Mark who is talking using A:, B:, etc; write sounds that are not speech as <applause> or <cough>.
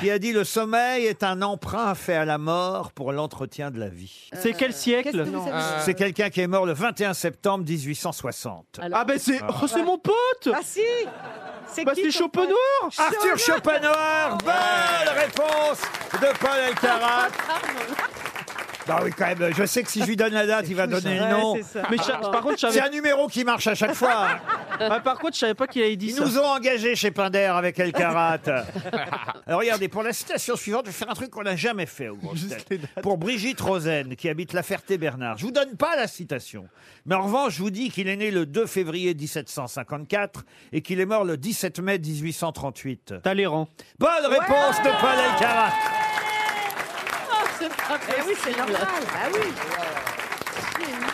A: qui a dit le sommeil est un emprunt fait à la mort pour l'entretien de la vie.
B: C'est quel siècle
C: Euh, qu'est-ce que vous avez
B: euh,
A: C'est quelqu'un qui est mort le 21 septembre 1860.
B: Ah ben c'est oh, c'est mon pote
C: Ah si C'est
B: Bah
C: qui
B: c'est Ah,
C: ton pote
B: Champenoir
A: Arthur Schopenhauer, bonne réponse de Paul
C: <laughs>
A: Elkarat. Bah oui, quand même, je sais que si je lui donne la date, il va donner le
C: Ouais,
A: nom.
C: c'est ça.
B: Mais cha- par contre, je
A: C'est
B: savais...
A: un numéro qui marche à chaque fois.
B: Ah, par contre, je savais pas qu'il avait dit
A: Ils
B: ça.
A: nous ont engagés chez Plein d'Air avec El Karat. Alors regardez, pour la citation suivante, je vais faire un truc qu'on n'a jamais fait au grosses têtes. Pour Brigitte Rosen, qui habite La Ferté-Bernard. Je vous donne pas la citation. Mais en revanche, je vous dis qu'il est né le 2 février 1754 et qu'il est mort le 17 mai 1838.
B: Talleyrand.
A: Bonne réponse de Paul El Karat.
C: Eh oui, c'est normal. Ah oui.